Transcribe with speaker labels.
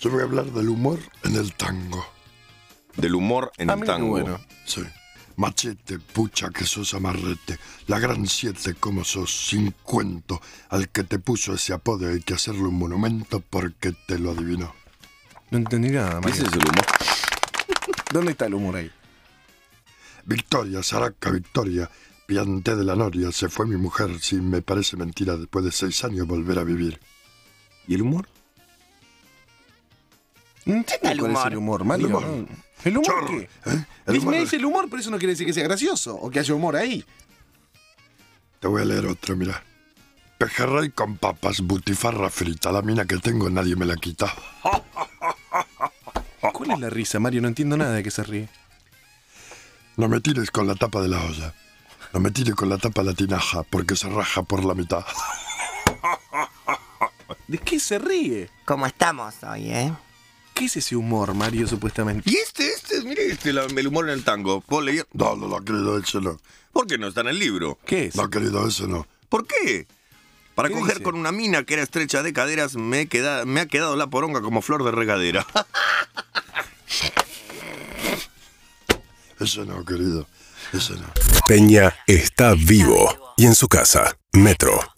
Speaker 1: Yo voy a hablar del humor en el tango.
Speaker 2: Del humor en
Speaker 3: Ah,
Speaker 2: el
Speaker 3: mira qué
Speaker 2: tango.
Speaker 3: bueno.
Speaker 1: Sí. Machete, pucha, que sos amarrete. La gran siete, como sos, sin cuento. Al que te puso ese apodo hay que hacerle un monumento porque te lo adivinó.
Speaker 3: No entendí nada,
Speaker 2: Ese
Speaker 3: Mario.
Speaker 2: es el humor.
Speaker 3: ¿Dónde está el humor ahí?
Speaker 1: Victoria, Saraca, Victoria. Pianté de la noria, se fue mi mujer. Si me parece mentira, después de seis años volver a vivir.
Speaker 2: ¿Y el humor?
Speaker 3: No entiendo
Speaker 4: el
Speaker 3: cuál es
Speaker 4: humor?
Speaker 3: el humor, Mario.
Speaker 1: El humor.
Speaker 3: ¿no? ¿El humor
Speaker 1: Chorro,
Speaker 3: qué?
Speaker 1: ¿eh? El
Speaker 3: Me-
Speaker 1: humor-
Speaker 3: Me dice el humor, pero eso no quiere decir que sea gracioso o que haya humor ahí.
Speaker 1: Te voy a leer otro, mira. Pejerrey con papas, butifarra frita. La mina que tengo nadie me la quita.
Speaker 3: ¿Cuál es la risa, Mario? No entiendo nada de que se ríe.
Speaker 1: No me tires con la tapa de la olla. No me tires con la tapa de la tinaja, porque se raja por la mitad.
Speaker 3: ¿De qué se ríe?
Speaker 4: ¿Cómo estamos hoy, eh?
Speaker 3: ¿Qué es ese humor, Mario, supuestamente?
Speaker 2: Y este, este, mire este, la- el humor en el tango. ¿Puedo leer?
Speaker 1: No, no, no, querido, ese no.
Speaker 2: ¿Por qué no está en el libro?
Speaker 3: ¿Qué es?
Speaker 1: No, querido, ese no.
Speaker 2: ¿Por qué? Para
Speaker 3: ¿Qué
Speaker 2: coger
Speaker 3: dice?
Speaker 2: con una mina que era estrecha de caderas, me, he queda- me ha quedado la poronga como flor de regadera.
Speaker 1: Ese no, querido. Ese no.
Speaker 5: Peña está vivo y en su casa. Metro